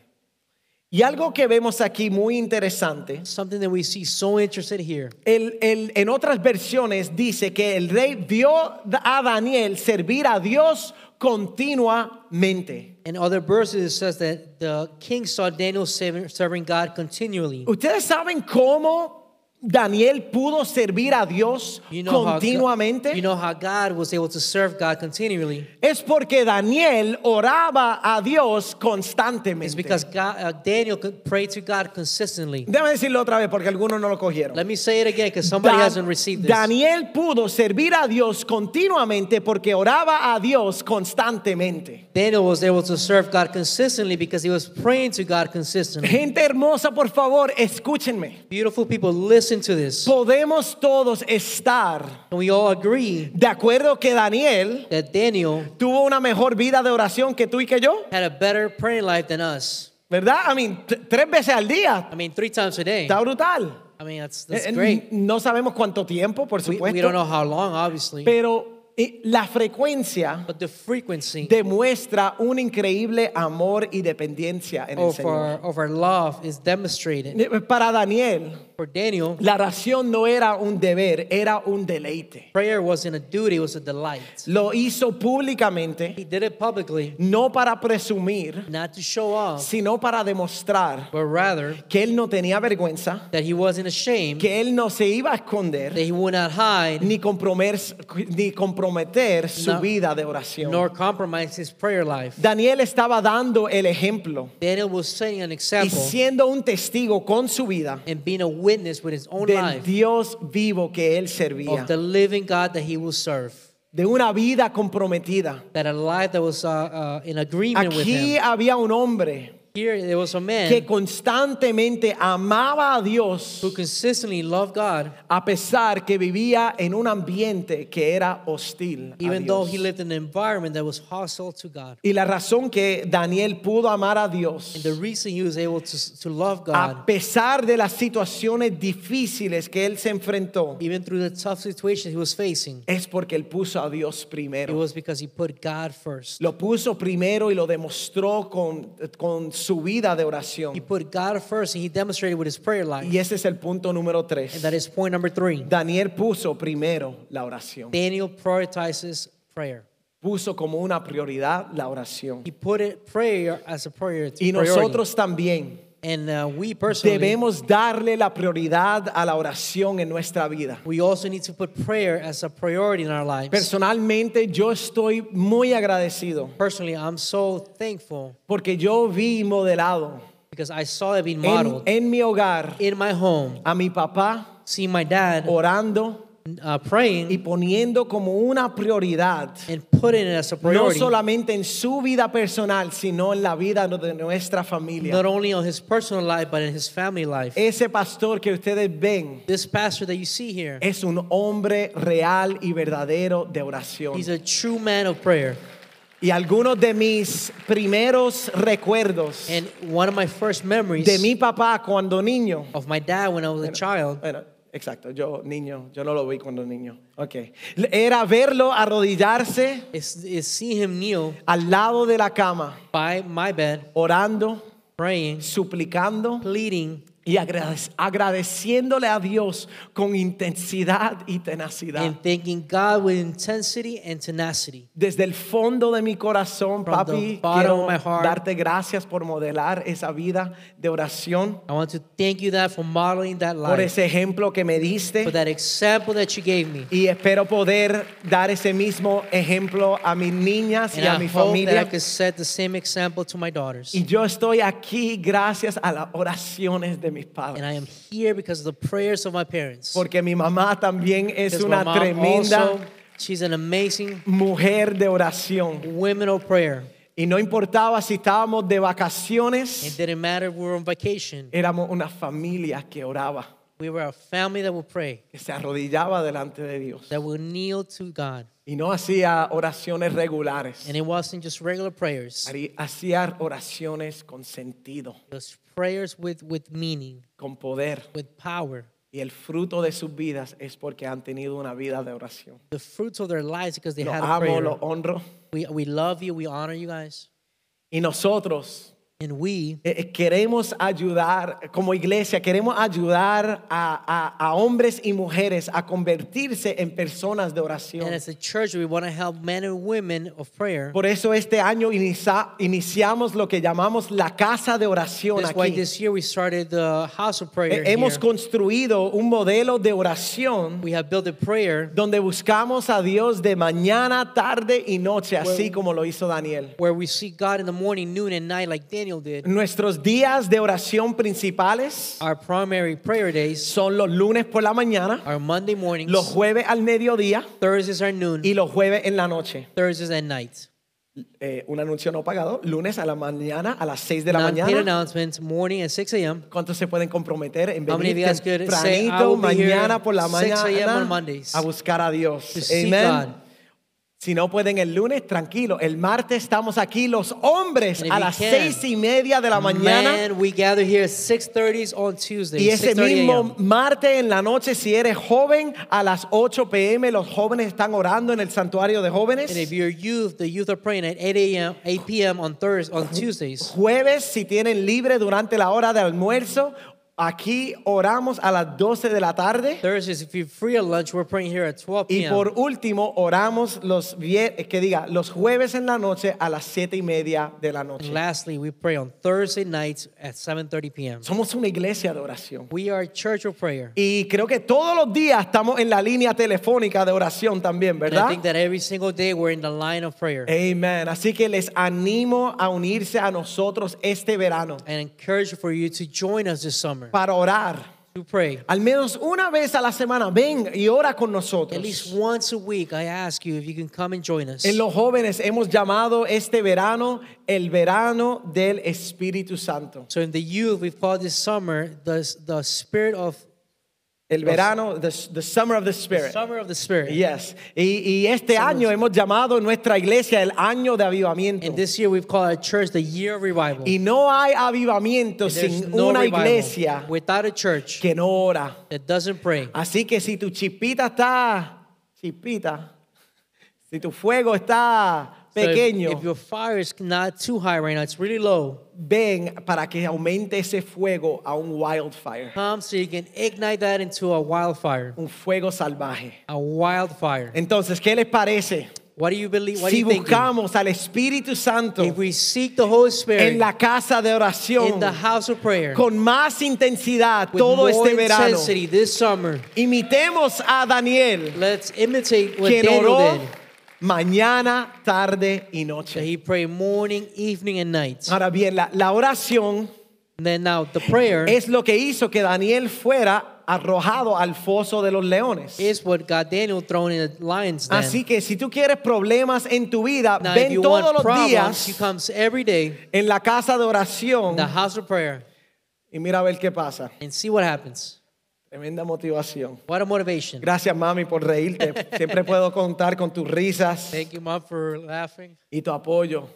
Y algo que vemos aquí muy interesante,
Something that we see so interested here.
el- el- en otras versiones dice que el rey vio a Daniel servir a Dios continuamente.
In other verses, it says that the king saw Daniel serving serving God continually.
¿Ustedes saben cómo Daniel pudo servir a Dios
how God-
continuamente?
you know how God was able to serve God continually.
es porque Daniel oraba a Dios
It's
constantemente.
because God, uh, Daniel could pray to God consistently.
Déjame decirlo otra vez porque algunos no lo cogieron.
Let me say it again because somebody
Dan-
hasn't received this.
Daniel pudo servir a Dios continuamente porque oraba a Dios constantemente.
Daniel was able to serve God consistently because he was praying to God consistently.
Gente hermosa, por favor, escúchenme.
Beautiful people, listen to this.
Podemos todos estar
And we all agree
de acuerdo que Daniel
that Daniel
tuvo una mejor vida de oración que tú y que yo.
had a better praying life than us.
¿Verdad? I mean, t- tres veces al día.
I mean, three times a day.
Está brutal.
I mean, that's, that's
Eh, eh,
great.
No sabemos cuánto tiempo, por
We,
supuesto.
we don't know how long, obviously,
Pero eh, la frecuencia
but the frequency
demuestra un increíble amor y dependencia en el
of
Señor.
our, of our love is demonstrated.
Eh, Para Daniel,
For Daniel,
la oración no era un deber, era un deleite.
prayer wasn't a duty, it was a delight.
Lo hizo públicamente,
He did it publicly,
no para presumir,
not to show off,
sino para demostrar
but rather
que él no tenía vergüenza,
that he wasn't ashamed,
que él no se iba a
that
esconder
he would not hide
ni compromer- ni comprometer su
No.
vida de oración.
nor compromise his prayer life.
Daniel estaba dando el ejemplo
Daniel was setting an
y
example
siendo un testigo con su vida
and being a witness with his own
del
life
Dios vivo que él
of
servía,
the living God that he will serve.
de una vida comprometida.
That a life that was uh, uh, in agreement with
Aquí
him.
había un hombre
Here there was a
que
man
constantemente amaba a Dios
who consistently loved God,
a pesar que vivía en un ambiente que era hostil. a
even though he
Dios.
lived in an environment that was hostile to God.
Y la razón que Daniel pudo amar a
And
Dios
the reason he was able to, to love
a
God,
pesar de las situaciones difíciles que él se enfrentó
even through the tough situations he was facing,
es porque él puso a Dios
it
primero.
was because he put God first.
Lo puso primero y lo demostró con, con su vida de
He
oración.
put God first and he demonstrated with his prayer life.
Y ese es el punto número
And
tres.
that is point number three.
Daniel puso primero la oración.
Daniel prioritizes prayer.
Puso como una prioridad la oración.
He put it prayer as a priority.
Y
priority.
nosotros también
and uh, we personally,
debemos darle la prioridad a la oración en nuestra vida.
we also need to put prayer as a priority in our lives.
Personalmente yo estoy muy agradecido
personally, I'm so thankful
porque yo vi modelado
because I saw it being
en,
modeled
en mi hogar
in my home.
a mi papá
See my dad
orando
uh, praying
y poniendo como una prioridad
and putting it as a
no
priority,
solamente en su vida personal, sino en la vida de nuestra familia.
not only on his personal life but in his family life.
Ese pastor que ustedes ven
this pastor that you see here,
es un hombre real y verdadero de oración.
he's a true man of prayer.
Y algunos de mis primeros recuerdos
And one of my first memories
de mi papá cuando niño.
of my dad when I was a child
Bueno, exacto, yo niño, yo no lo vi cuando niño. Ok. Era verlo arrodillarse
is, is see him kneel
al lado de la cama,
by my bed,
orando,
praying,
suplicando
pleading
y agradec- agradeciéndole a Dios con intensidad y tenacidad.
and thanking God with intensity and tenacity.
Desde el fondo de mi corazón,
From the
papi,
bottom
quiero
of my heart.
darte gracias por modelar esa vida de oración,
I want to thank you that for modeling that
por
life,
ese ejemplo que me
for
diste
that example that you gave me.
y espero poder dar ese mismo ejemplo a mis niñas
And
y a
I
mi
hope that I
familia.
could set the same example to my daughters.
Y yo estoy aquí gracias a las oraciones de mis
And I am
padres.
here because of the prayers of my parents.
Porque mi mamá también es
Because
una
my mom
tremenda
also, she's an amazing
mujer de oración.
woman of prayer.
Y no importaba si estábamos de
It
vacaciones,
didn't matter if we were on vacation.
éramos una familia que oraba,
We were a family that would pray,
que se arrodillaba delante de Dios.
that would kneel to God.
Y no hacía oraciones regulares,
And it wasn't just regular prayers.
hari- hacía oraciones con sentido,
It was prayers with, with meaning,
con poder.
with power.
Y el fruto de sus vidas es porque han tenido una vida de oración.
The fruits of their lives because they
Lo
had a prayer.
amo, lo honro.
We, we love you. We honor you guys.
Y nosotros
And we,
eh, eh, queremos ayudar, como iglesia, queremos ayudar a, a- a hombres y mujeres a convertirse en personas de oración.
and as a church, we want to help men and women of prayer.
Por eso este año inicia- iniciamos lo que llamamos la casa de oración
That's why
aquí.
this year we started the house of prayer.
Eh, Hemos
here.
construido un modelo de oración
We have built a prayer
donde buscamos a Dios de mañana, tarde y noche, así como lo hizo Daniel.
where we see God in the morning, noon, and night, like Daniel did.
Nuestros días de oración principales
Our primary prayer days
son los lunes por la mañana,
are Monday mornings,
los jueves al mediodía
Thursdays are noon,
y los jueves en la noche.
Thursdays at night.
Eh, un anuncio no pagado, lunes a la mañana, a las 6 de la
Non-paid
mañana.
announcements, morning at 6 a.m.
¿Cuántos se pueden comprometer en
How many
venir
of you guys could say, "I
tempranito,
will be here
mañana por la
6 a.m. on
mañana
Mondays
a buscar a Dios?
to seek
Amén.
God.
Si no pueden el lunes, tranquilo. El martes estamos aquí los hombres
And if
a
you
las
can,
seis y media de la mañana.
Man, we gather here at 6.30 on Tuesday,
Y ese
6:30 a.m.
mismo martes en la noche, si eres joven, a las 8 pm los jóvenes están orando en el santuario de
And if
jóvenes.
you're youth, the youth are praying at 8 a.m., 8 p.m. on Thursdays, on Tuesdays.
Jueves, si tienen libre durante la hora de almuerzo, aquí oramos a las 12 de la tarde.
Thursdays, if you're free at lunch, we're praying here at 12
Y
p.m.
por último, oramos los vie- eh, que diga, los jueves en la noche a las siete y media de la
And
noche.
lastly, we pray on Thursday nights at 7:30 p.m.
Somos una iglesia de oración.
We are a church of prayer.
Y creo que todos los días estamos en la línea telefónica de oración también,
And I
¿verdad? Eh.
think that every single day we're in the line of prayer.
Amén. Así que les animo a unirse a nosotros este verano
And encourage for you to join us this summer
para orar.
to pray.
Al menos una vez a la semana, ven y ora con
At least
nosotros.
once a week, I ask you if you can come and join us.
En los jóvenes hemos llamado este verano el verano del Espíritu Santo.
So in the youth, we've called this summer the, the spirit of
El verano, the, the summer of the spirit.
summer of the spirit.
Yes. Y, y este año hemos llamado nuestra iglesia el año de avivamiento.
And this year, we've called our church the year of revival.
Y no hay avivamiento
There's
sin
no
una
revival
iglesia
without a church
que no ora.
that doesn't pray.
Así que si tu chipita está chipita, si tu fuego está
So if-
pequeño,
if your fire is not too high right now, it's really low.
ven para que aumente ese fuego a un wildfire,
Come so you can ignite that into a wildfire.
un fuego salvaje.
A wildfire.
Entonces, ¿qué les parece?
What do you believe? What do
si
you think?
buscamos al Espíritu Santo
If we seek the Holy
en
Spirit
la casa de oración,
in the house of prayer
con más intensidad
with
todo
more
este verano.
intensity this summer,
Imitemos a Daniel,
let's imitate what
quien
Daniel
oró
did.
mañana, tarde y
That
noche.
he prayed morning, evening, and night.
Ahora bien, la, la oración
And then now the prayer
es lo que hizo que Daniel fuera arrojado al foso de los leones.
is what got Daniel thrown in the lion's den.
Así que si tú quieres problemas en tu vida,
now if
ven
you
todos
want
los
problems, he
días
comes every day
en la casa de
in
oración
the house of prayer
y mira a ver qué pasa.
and see what happens.
Tremenda motivación.
What a motivation.
Gracias, mami, por reírte. Siempre puedo contar con tus risas
Thank you, Mom, for laughing,
y tu apoyo.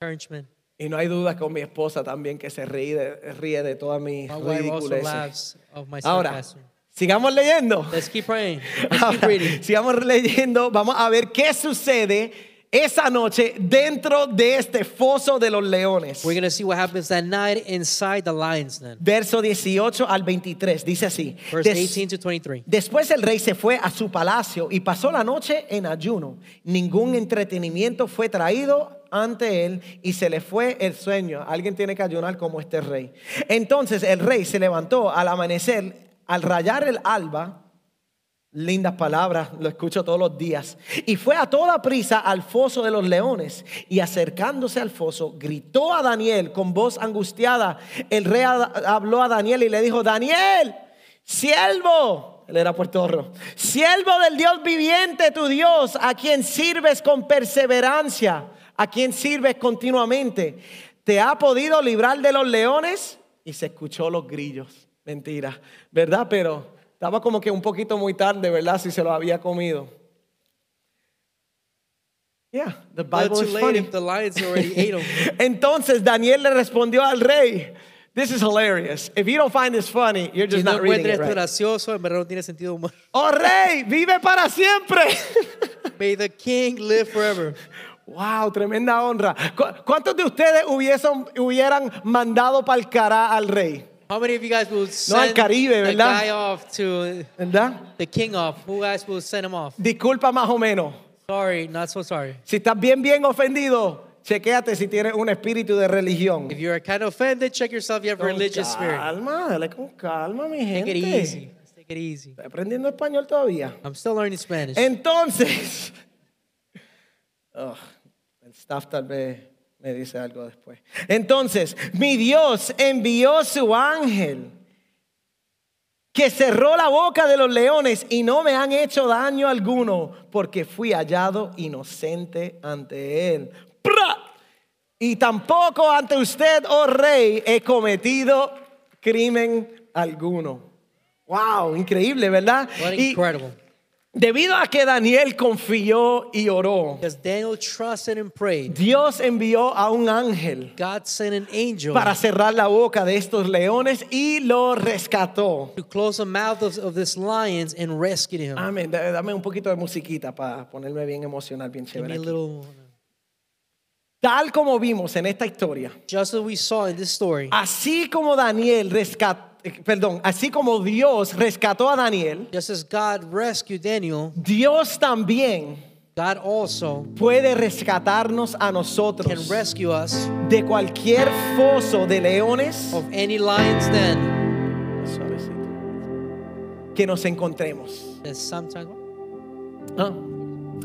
encouragement.
Y no hay duda con mi esposa también que se ríe de, ríe de todas mis
My wife also
ridiculeces.
laughs of my
Ahora,
sarcasm.
sigamos leyendo.
Let's keep praying. Let's keep
Ahora,
reading.
sigamos leyendo. Vamos a ver qué sucede esa noche dentro de este foso de los leones.
We're going to see what happens that night inside the lion's den.
Verso 18 al 23 dice así.
Verse
"Des-
18 to 23.
Después el rey se fue a su palacio y pasó la noche en ayuno. Ningún entretenimiento fue traído ante él y se le fue el sueño. Alguien tiene que ayunar como este rey. Entonces el rey se levantó al amanecer, al rayar el alba. Lindas palabras, lo escucho todos los días. Y fue a toda prisa al foso de los leones. Y acercándose al foso, gritó a Daniel con voz angustiada. El rey a- habló a Daniel y le dijo, Daniel, siervo, él era puertorro, siervo del Dios viviente, tu Dios, a quien sirves con perseverancia, a quien sirves continuamente. ¿Te ha podido librar de los leones? Y se escuchó los grillos. Mentira, ¿verdad? Pero... Estaba como que un poquito muy tarde, ¿verdad? Si se lo había comido. Yeah, the
But
Bible
too
is
late
funny.
if the lions already ate them.
Entonces Daniel le respondió al rey, This is hilarious. If you don't find this funny, you're
Si
just
no
not reading
encuentras
it
esto
right.
gracioso, en verdad no tiene sentido humor.
Oh rey, vive para siempre.
May the king live forever.
wow, tremenda honra. ¿Cu- ¿Cuántos de ustedes hubiesen- hubieran mandado para el cará al rey?
How many of you guys will send
al Caribe,
the
¿verdad?
guy off to
¿Verdad?
the king off? Who guys will send him off?
Disculpa más o menos.
Sorry, not so sorry.
Si estás bien, bien ofendido, chequéate si tienes un espíritu de religión.
If you're kind of offended, check yourself. You have religious
con
spirit.
calma, dale con calma, mi
Take
gente.
it easy. Let's Take it easy.
Estoy aprendiendo español todavía.
I'm still learning Spanish.
Entonces, Ugh, el staff tal vez me dice algo después. Entonces, mi Dios envió su ángel que cerró la boca de los leones y no me han hecho daño alguno porque fui hallado inocente ante él. ¡Pra! Y tampoco ante usted, oh rey, he cometido crimen alguno. Wow, increíble, ¿verdad?
What
Y-
incredible.
Debido a que Daniel confió y oró,
Because Daniel trusted and prayed.
Dios envió a un ángel
God sent an angel
para cerrar la boca de estos leones y lo rescató.
to close the mouth of, of this lions and rescued him.
Amén. Da- Dame un poquito de musiquita para ponerme bien emocional, bien
Give me
chévere.
a
aquí.
little.
Tal como vimos en esta historia,
Just as we saw in this story,
así como Daniel rescató, perdón, así como Dios rescató a Daniel,
just as God rescued Daniel,
Dios también
God also
puede rescatarnos a
can
nosotros
rescue us
de cualquier foso de leones.
of any lion's den
Suavecito. Que nos encontremos.
that sometimes
O Ah.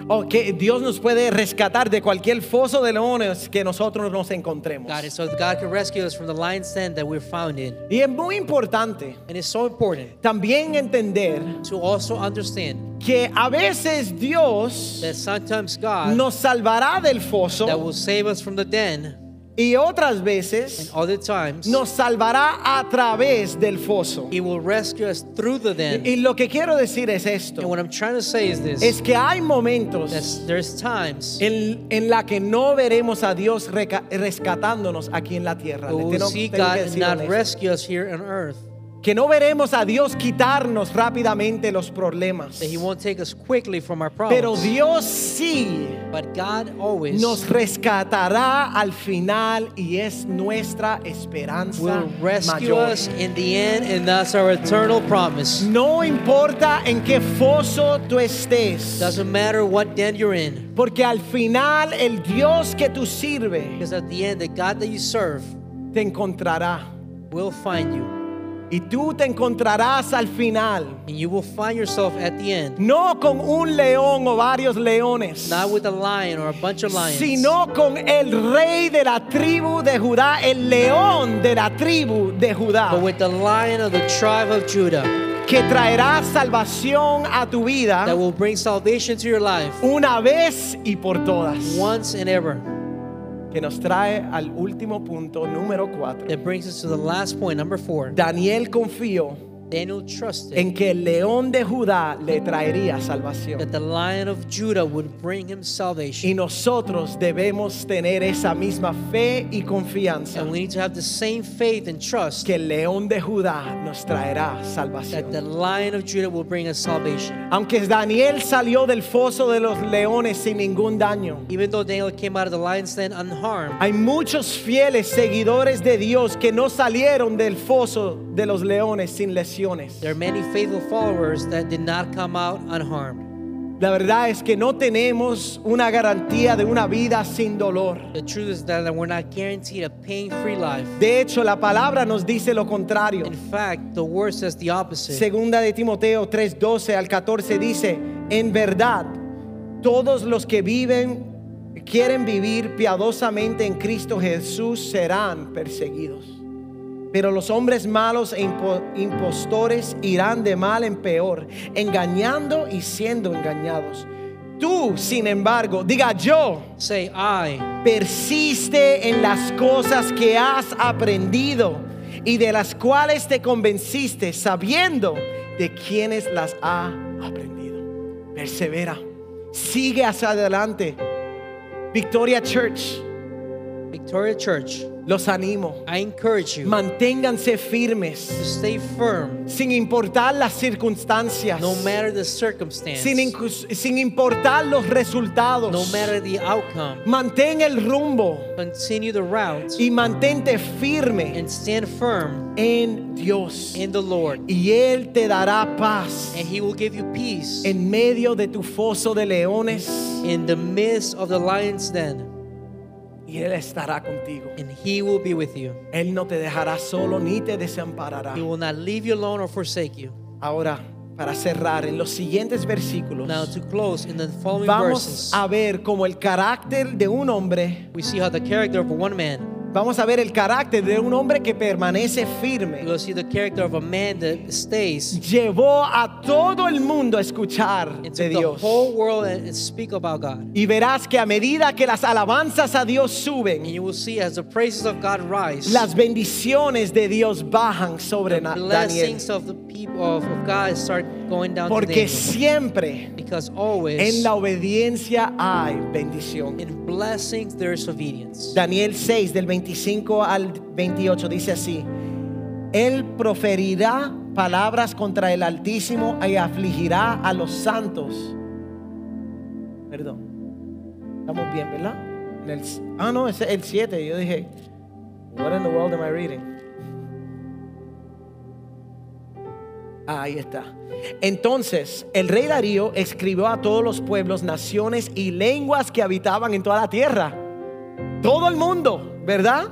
Oh, que Dios nos puede rescatar de cualquier foso de leones que nosotros nos encontremos.
God is so God can rescue us from the lion's den that we're found in.
Y es muy importante
And it's so important
también entender
to also understand
que a veces Dios
that sometimes God
nos salvará del
that
foso
will save us from the den,
y otras
and
veces
other times
nos salvará a través del foso.
He will rescue us through the den.
Y lo que quiero decir es
And
esto,
what I'm trying to say is this:
es que hay momentos
that there's times
en, en la que no veremos a Dios reca- rescatándonos aquí en la tierra.
we
Le
will
tengo-
see
tengo
Oh, God
que,
and
decir
not
honesto.
rescue us here on earth.
Que no veremos a Dios quitarnos rápidamente los problemas.
That He won't take us quickly from our
Pero
problems.
Dios sí
but God always
nos rescatará al final y es nuestra esperanza
will rescue
mayor.
us in the end, and that's our eternal promise.
No importa en qué foso tú estés,
Doesn't matter what den you're in,
porque al final el Dios que tú sirves
because at the end, the God that you serve
te encontrará.
will find you,
Y tú te encontrarás al final
and you will find yourself at the end,
No con un león o varios leones,
not with a lion or a bunch of lions,
sino con el rey de la tribu de Judá, el león de la tribu de Judá,
but with the lion of the tribe of Judah
que traerá salvación a tu
that
vida
will bring salvation to your life
una vez y por todas.
once and ever.
Que nos trae al último punto, número 4.
That brings us to the last point, number four.
Daniel confió
Daniel trusted
en que el león de Judá le traería salvación.
that the lion of Judah would bring him salvation.
Y nosotros debemos tener esa misma fe y confianza
And we need to have the same faith and trust
que el león de Judá nos traerá
that
salvación.
the lion of Judah will bring us salvation.
Aunque Daniel salió del foso de los leones sin ningún daño,
Even though Daniel came out of the lion's den unharmed,
hay muchos fieles seguidores de Dios que no salieron del foso de los leones sin lesiones.
there are many faithful followers that did not come out unharmed.
La verdad es que no tenemos una garantía de una vida sin dolor.
The truth is that we're not guaranteed a pain free life.
De hecho, la palabra nos dice lo contrario.
In fact, the word says the opposite.
Segunda de Timoteo 3:12 al 14 dice, en verdad, todos los que viven, quieren vivir piadosamente en Cristo Jesús serán perseguidos. Pero los hombres malos e impo- impostores irán de mal en peor, engañando y siendo engañados. Tú, sin embargo, diga yo,
Say, I
persiste en las cosas que has aprendido y de las cuales te convenciste sabiendo de quienes las ha aprendido. Persevera, sigue hacia adelante. Victoria Church,
Victoria Church,
los animo.
I encourage you
Manténganse
to
firmes,
stay firm
sin importar las circunstancias,
no matter the circumstance,
sin, incus- sin importar los resultados.
no matter the outcome.
Mantén el rumbo
Continue the route
y mantente firme.
and stand firm
en Dios
in the Lord,
y Él te dará paz
and He will give you peace
en medio de tu foso de leones
in the midst of the lion's den,
y Él estará contigo.
and He will be with you.
Él no te dejará solo ni te desamparará.
He will not leave you alone or forsake you.
Ahora, para cerrar en los siguientes versículos,
Now, to close in the following
vamos
verses,
a ver como el carácter de un hombre,
we see how the character of one man,
vamos a ver el carácter de un hombre que permanece
we
firme,
will see the character of a man that stays
llevó a todo el mundo a escuchar
and
de
took the
Dios.
whole world and, and speak about God.
Y verás que a medida que las alabanzas a Dios suben,
And you will see as the praises of God rise,
Las bendiciones de Dios bajan
the
sobre Na- Daniel.
blessings of the people of, of God start going down to
Porque
Daniel.
siempre
Because always
en la obediencia hay bendición.
in blessings there is obedience.
Daniel 6 del 25 al 28 dice así. Él proferirá palabras contra el Altísimo y afligirá a los santos. Perdón. Estamos bien, ¿verdad? En el s- ah, no, es el 7. Yo dije, what in the world am I reading? Ahí está. Entonces, el rey Darío escribió a todos los pueblos, naciones y lenguas que habitaban en toda la tierra. Todo el mundo, ¿verdad?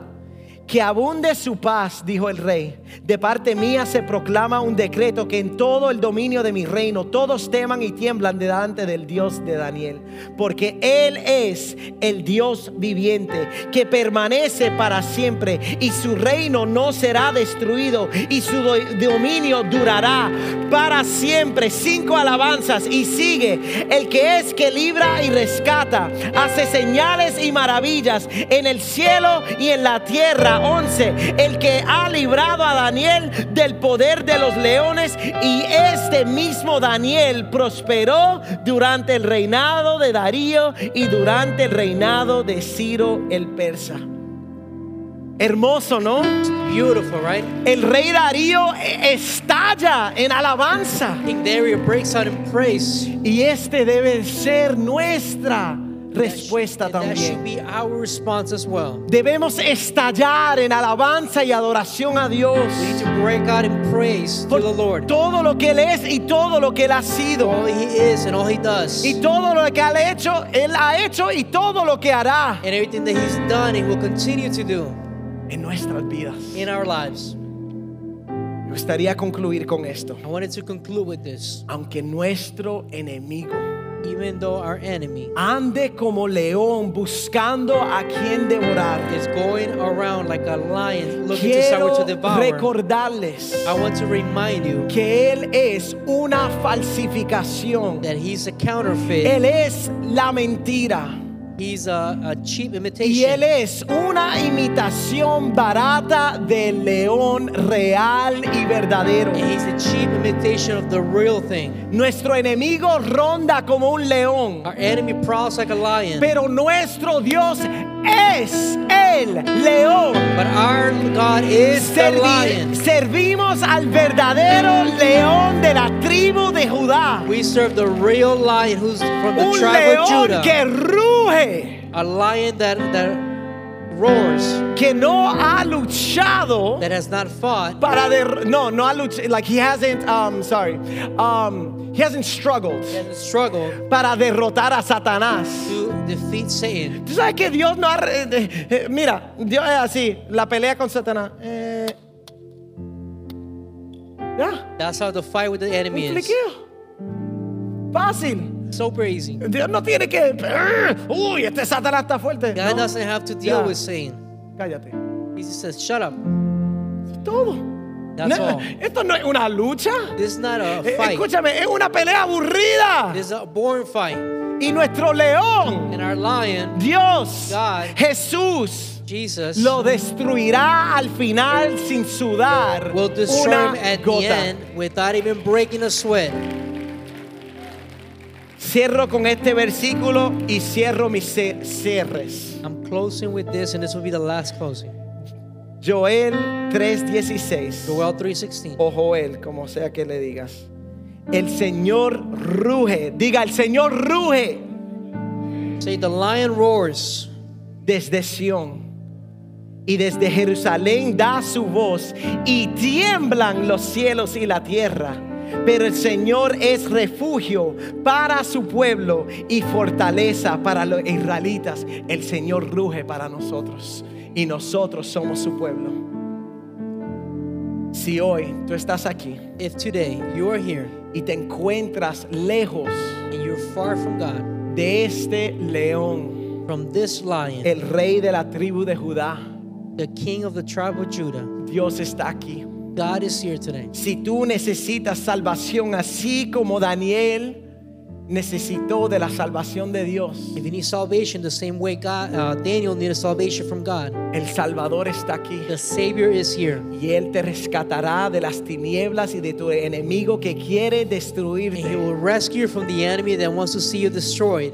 Que abunde su paz, dijo el rey. De parte mía se proclama un decreto que en todo el dominio de mi reino todos teman y tiemblan delante del Dios de Daniel. Porque Él es el Dios viviente que permanece para siempre y su reino no será destruido y su do- dominio durará para siempre. Cinco alabanzas y sigue. El que es que libra y rescata, hace señales y maravillas en el cielo y en la tierra. Once, el que ha librado a Daniel del poder de los leones y este mismo Daniel prosperó durante el reinado de Darío y durante el reinado de Ciro el persa. Hermoso, ¿no?
Beautiful, right?
El rey Darío eh, estalla en alabanza.
King Dario breaks out in praise.
Y este debe ser nuestra
That sh-
respuesta
and That should
también.
be our response as well.
Debemos estallar en alabanza y adoración a Dios
We need to break out in praise to
por
the Lord.
todo lo que Él es y todo lo que Él ha
All
sido.
He is and all He does.
Y todo lo que Él ha hecho, Él ha hecho y todo lo que hará
and everything that He's done and will continue to do
en nuestras vidas.
in our lives.
Me gustaría concluir con esto.
I wanted to conclude with this.
Aunque nuestro enemigo
Even though our enemy
ande como león buscando a quien devorar,
is going around like a lion looking to someone
quiero
to devour,
recordarles
I want to remind you
que Él es una falsificación.
that He's a counterfeit.
Él es la mentira.
He's a, a cheap
Y
imitation.
él es una imitación barata del león real y verdadero.
And he's a cheap imitation of the real thing.
Nuestro enemigo ronda como un león,
Our enemy prowls like a lion,
pero nuestro Dios es el león.
but our God is the
Servi-
lion.
servimos al verdadero león de la tribu de Judá.
We serve the real lion who's from the
Un
tribe of
león
Judah.
que ruge,
a lion that, that roars,
que no ha luchado.
that has not fought,
Para der- no, no ha luchado. Like he hasn't, um, sorry, um, he hasn't struggled
and struggled
para derrotar a Satanás.
to defeat Satan.
Tú sabes que Dios no ha. re- eh, eh, Mira, Dios es así. La pelea con Satanás. eh, ya,
That's how the fight with the enemy
un
is.
fliqueo. Fácil.
Super easy.
Dios no tiene que. Uy, este Satanás está fuerte.
God
No,
doesn't have to deal
Yeah.
with Satan.
cállate.
He just says, shut up.
Todo.
That's
No,
all.
Esto no es una lucha.
This is not a
Eh,
fight.
Escúchame, es una pelea aburrida.
This is a born fight.
Y nuestro león,
And our lion,
Dios,
God.
Jesús,
Jesus,
lo destruirá al final sin sudar
will destroy
una
him at the
gota.
end without even breaking a sweat.
Cierro con este versículo y cierro mis ce- cierres.
I'm closing with this, and this will be the last closing.
Joel 3:16
Joel 3.16.
o Joel, como sea que le digas. El Señor ruge, diga, el Señor ruge
Say, the lion roars.
desde Sión. Y desde Jerusalén da su voz y tiemblan los cielos y la tierra. Pero el Señor es refugio para su pueblo y fortaleza para los israelitas. El Señor ruge para nosotros y nosotros somos su pueblo. Si hoy tú estás aquí
If today you are here
y te encuentras lejos
and you're far from God,
de este león,
from this lion,
el rey de la tribu de Judá,
the king of the tribe of Judah,
Dios está aquí.
God is here today.
Si tú necesitas salvación así como Daniel necesitó de la salvación de Dios,
If you need salvation, the same way God, uh, Daniel needed salvation from God,
el Salvador está aquí.
the Savior is here.
Y Él te rescatará de las tinieblas y de tu enemigo que quiere
And He
destruirte.
will rescue you from the enemy that wants to see you destroyed.